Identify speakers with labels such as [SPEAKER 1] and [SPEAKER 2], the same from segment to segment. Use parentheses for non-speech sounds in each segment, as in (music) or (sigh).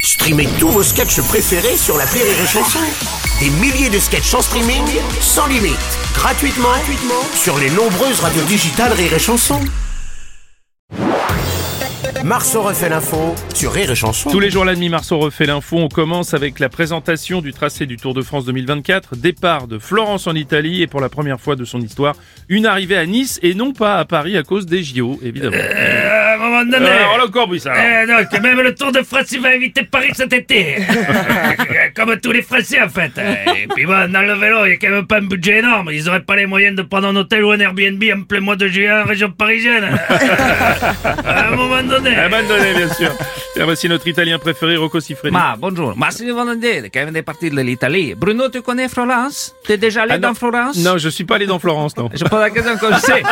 [SPEAKER 1] Streamez tous vos sketchs préférés sur la Rire et Chanson. Des milliers de sketchs en streaming, sans limite, gratuitement, gratuitement sur les nombreuses radios digitales Rire et Chanson. Marceau refait l'info sur Rire et Chanson.
[SPEAKER 2] Tous les jours à la demi, Marceau refait l'info. On commence avec la présentation du tracé du Tour de France 2024. Départ de Florence en Italie et pour la première fois de son histoire, une arrivée à Nice et non pas à Paris à cause des JO, évidemment.
[SPEAKER 3] À un moment Oh, donné.
[SPEAKER 2] Euh, on l'a compris ça. alors.
[SPEAKER 3] Eh, donc, même le Tour de France, il va éviter Paris cet
[SPEAKER 4] (laughs)
[SPEAKER 3] été. Euh, Comme tous les Français, en fait. Et puis bon, dans le vélo, il n'y a quand même pas un budget énorme. Ils n'auraient pas les moyens de prendre un hôtel ou un Airbnb en plein mois de juillet en région
[SPEAKER 4] (laughs)
[SPEAKER 3] parisienne. à un moment donné.
[SPEAKER 4] Eh ben,
[SPEAKER 2] Abandonné, bien sûr. Tiens, voici notre Italien préféré, Rocco Siffredi.
[SPEAKER 4] Ma, bonjour. Ma, c'est Vendée, quand même des parties de l'Italie. Bruno, tu connais Florence T'es déjà allé
[SPEAKER 2] Ah, non.
[SPEAKER 4] dans Florence
[SPEAKER 2] Non, je suis pas allé dans Florence, non.
[SPEAKER 4] Je pose la question comme je sais.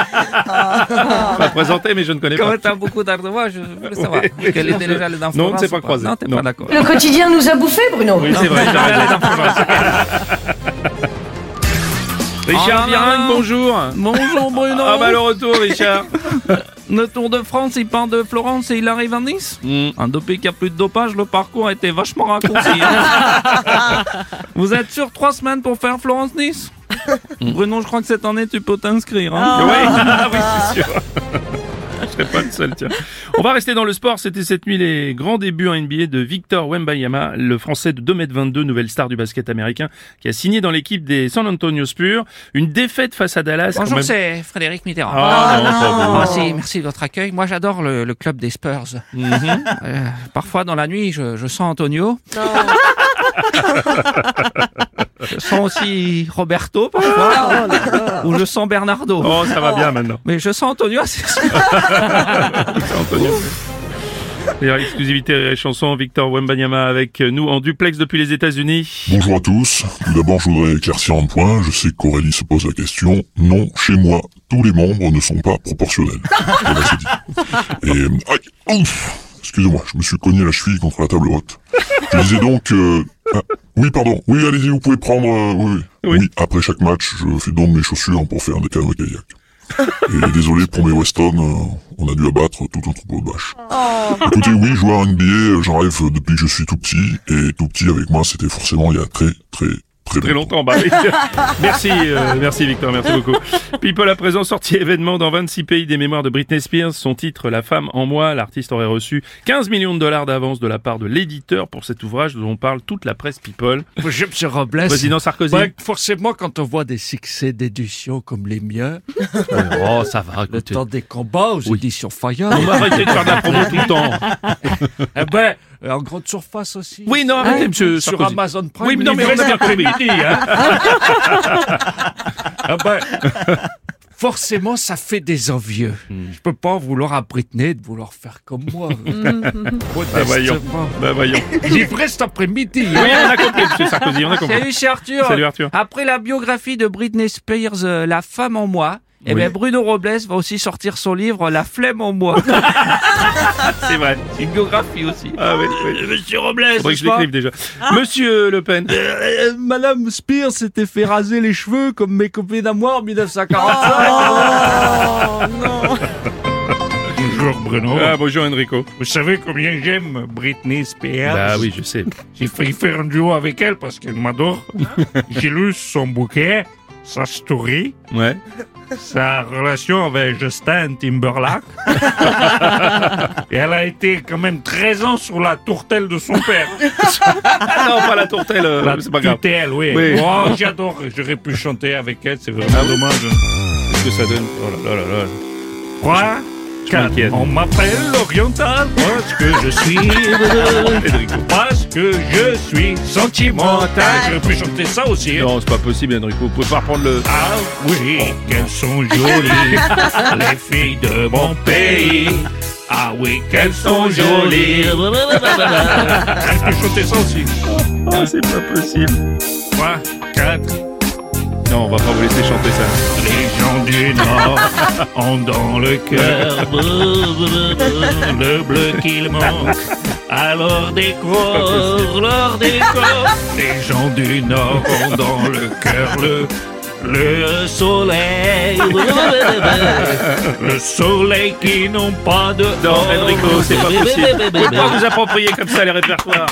[SPEAKER 2] Pas présenté, mais je ne connais pas.
[SPEAKER 4] Comme t'as beaucoup d'ardenois, je voulais savoir.
[SPEAKER 2] oui,
[SPEAKER 4] Quelle est déjà allé dans
[SPEAKER 2] Non, on ne
[SPEAKER 4] Florence
[SPEAKER 2] s'est
[SPEAKER 4] ou
[SPEAKER 2] pas croisés.
[SPEAKER 4] Non, t'es
[SPEAKER 2] Non.
[SPEAKER 4] pas d'accord.
[SPEAKER 5] Le quotidien nous a bouffé, Bruno.
[SPEAKER 2] Oui, c'est vrai. t'as raison. Richard
[SPEAKER 4] Oh,
[SPEAKER 2] Virenque,
[SPEAKER 4] non.
[SPEAKER 2] bonjour.
[SPEAKER 4] Bonjour Bruno.
[SPEAKER 2] Ah bah le retour, Richard.
[SPEAKER 4] Le Tour de France, il part de Florence et il arrive à Nice.
[SPEAKER 2] Mm.
[SPEAKER 4] Un dopé qui a plus de dopage, le parcours a été vachement raccourci.
[SPEAKER 2] (laughs)
[SPEAKER 4] hein. Vous êtes sûr trois semaines pour faire Florence-Nice Bruno, je crois que cette année tu peux t'inscrire. hein.
[SPEAKER 2] Oui, Mm. (laughs) ah oui, c'est sûr. Je serais pas le seul, tiens. On va rester dans le sport. C'était cette nuit les grands débuts en NBA de Victor Wembayama, le français de 2m22, nouvelle star du basket américain, qui a signé dans l'équipe des San Antonio Spurs. Une défaite face à Dallas. quand
[SPEAKER 4] Bonjour,
[SPEAKER 2] même-
[SPEAKER 4] c'est Frédéric Mitterrand.
[SPEAKER 2] Ah, non, pas bon.
[SPEAKER 6] oh.
[SPEAKER 4] Merci, merci de votre accueil. Moi, j'adore le, le club des Spurs.
[SPEAKER 6] Mhm.
[SPEAKER 4] Euh, parfois, dans la nuit, je, je sens Antonio. (laughs) je sens aussi Roberto, parfois. ou je sens Bernardo.
[SPEAKER 2] Oh, ça va bien maintenant.
[SPEAKER 4] Mais je sens Antonio, c'est sûr.
[SPEAKER 6] (laughs)
[SPEAKER 2] Antonio. D'ailleurs, exclusivité Rire et chanson, Victor Wembanyama avec nous en duplex depuis les États-Unis.
[SPEAKER 7] Bonjour à tous. Tout d'abord, je voudrais éclaircir un point. Je sais qu'Aurélie se pose la question. Non, chez moi, tous les membres ne sont pas proportionnels. Voilà, c'est dit. Et, aïe, ouf, excusez-moi, je me suis cogné la cheville contre la table haute. Je disais donc, euh, ah, oui, pardon. Oui, allez-y, vous pouvez prendre, euh, oui, oui.
[SPEAKER 2] Oui.
[SPEAKER 7] Oui, après chaque match, je fais don de mes chaussures pour faire des canots à kayak.
[SPEAKER 2] (laughs)
[SPEAKER 7] Et désolé pour mes Weston, euh, on a dû abattre tout un troupeau de vaches. Écoutez, oui, joueur NBA, euh, j'en rêve euh, depuis que je suis tout petit, et tout petit avec moi, c'était forcément il y a très, très, très,
[SPEAKER 2] Très longtemps, bah oui. Merci, euh, merci Victor, merci beaucoup. People à présent sorti événement dans 26 pays des mémoires de Britney Spears. Son titre, La femme en moi, l'artiste aurait reçu 15 millions de dollars d'avance de la part de l'éditeur pour cet ouvrage dont parle toute la presse People.
[SPEAKER 6] Bonjour, Monsieur Robles.
[SPEAKER 2] Président Sarkozy.
[SPEAKER 6] Ouais, forcément, quand on voit des succès d'édition comme les miens,
[SPEAKER 2] Oh, ça va,
[SPEAKER 6] le temps des combats aux éditions Fayard,
[SPEAKER 2] On va arrêter de faire de la promo tout le temps.
[SPEAKER 6] eh ben, euh, en grande surface aussi. Ah,
[SPEAKER 2] Oui, non, arrêtez, monsieur
[SPEAKER 6] Sur
[SPEAKER 2] Sarkozy.
[SPEAKER 6] Amazon Prime.
[SPEAKER 2] Oui, mais non, mais on a bien hein. compris.
[SPEAKER 6] Eh ben, forcément, ça fait des envieux.
[SPEAKER 2] Hmm.
[SPEAKER 6] Je peux pas en vouloir à Britney de vouloir faire comme
[SPEAKER 4] (laughs)
[SPEAKER 6] moi.
[SPEAKER 2] Bah voyons,
[SPEAKER 6] Modestement.
[SPEAKER 2] bah voyons.
[SPEAKER 6] J'y ferai cet après-midi. hein.
[SPEAKER 2] Oui, on a compris, monsieur Sarkozy, on a compris.
[SPEAKER 4] Salut, c'est Arthur.
[SPEAKER 2] Salut, Arthur.
[SPEAKER 4] Après la biographie de Britney Spears, euh, La femme en moi, eh
[SPEAKER 2] Oui.
[SPEAKER 4] ben Bruno Robles va aussi sortir son livre La flemme
[SPEAKER 6] (laughs)
[SPEAKER 4] en moi.
[SPEAKER 2] C'est vrai.
[SPEAKER 4] Une biographie aussi.
[SPEAKER 2] Ah oui, oui.
[SPEAKER 3] Monsieur Robles,
[SPEAKER 2] Faudrait que je l'écrive déjà. Monsieur Le Pen.
[SPEAKER 6] Euh, Madame Spears s'était fait raser les cheveux comme mes copines à
[SPEAKER 4] (laughs)
[SPEAKER 6] moi en 1945.
[SPEAKER 3] (laughs)
[SPEAKER 4] Oh,
[SPEAKER 3] Bonjour Bruno.
[SPEAKER 4] Euh,
[SPEAKER 2] Ah, bonjour Enrico.
[SPEAKER 3] Vous savez combien j'aime Britney Spears
[SPEAKER 2] Ah oui, je sais.
[SPEAKER 3] J'ai failli faire un duo avec elle parce qu'elle m'adore.
[SPEAKER 2] Ah.
[SPEAKER 3] J'ai lu son bouquet, sa story,
[SPEAKER 2] Ouais.
[SPEAKER 3] sa relation avec Justin
[SPEAKER 2] (laughs)
[SPEAKER 3] Timberlake. Et elle a été quand même 13 ans sur la tourtelle de son père.
[SPEAKER 2] (laughs) Ah non, pas la tourtelle, euh,
[SPEAKER 3] La
[SPEAKER 2] c'est pas grave.
[SPEAKER 3] tutelle, oui.
[SPEAKER 2] Oui.
[SPEAKER 3] Oh, j'adore. J'aurais pu chanter avec elle, c'est vraiment dommage.
[SPEAKER 2] Qu'est-ce que ça donne Oh là là là là.
[SPEAKER 3] Quoi Quatre.
[SPEAKER 2] m'inquiète.
[SPEAKER 3] On m'appelle l'oriental parce que je
[SPEAKER 2] (laughs)
[SPEAKER 3] suis...
[SPEAKER 2] Enrico.
[SPEAKER 3] Parce que je suis sentimental. J'aurais pu chanter ça aussi. hein.
[SPEAKER 2] Non, c'est pas possible, Enrico. Vous pouvez pas reprendre le.
[SPEAKER 3] Ah oui, qu'elles sont jolies, (laughs) les filles de mon pays. Ah oui, qu'elles
[SPEAKER 2] (laughs)
[SPEAKER 3] sont jolies. (laughs) Est-ce que je chantais ça aussi
[SPEAKER 2] Oh, c'est pas possible.
[SPEAKER 3] 3, 4.
[SPEAKER 2] Non, on va pas vous laisser chanter ça.
[SPEAKER 3] Les gens du (laughs) Nord ont dans le cœur le bleu qu'il manque. Alors décore, alors décore. Les gens du Nord ont dans le cœur le le soleil, le soleil qui n'ont pas de
[SPEAKER 2] Non, Enrico, c'est pas possible. Vous pouvez pas vous approprier comme ça les répertoires.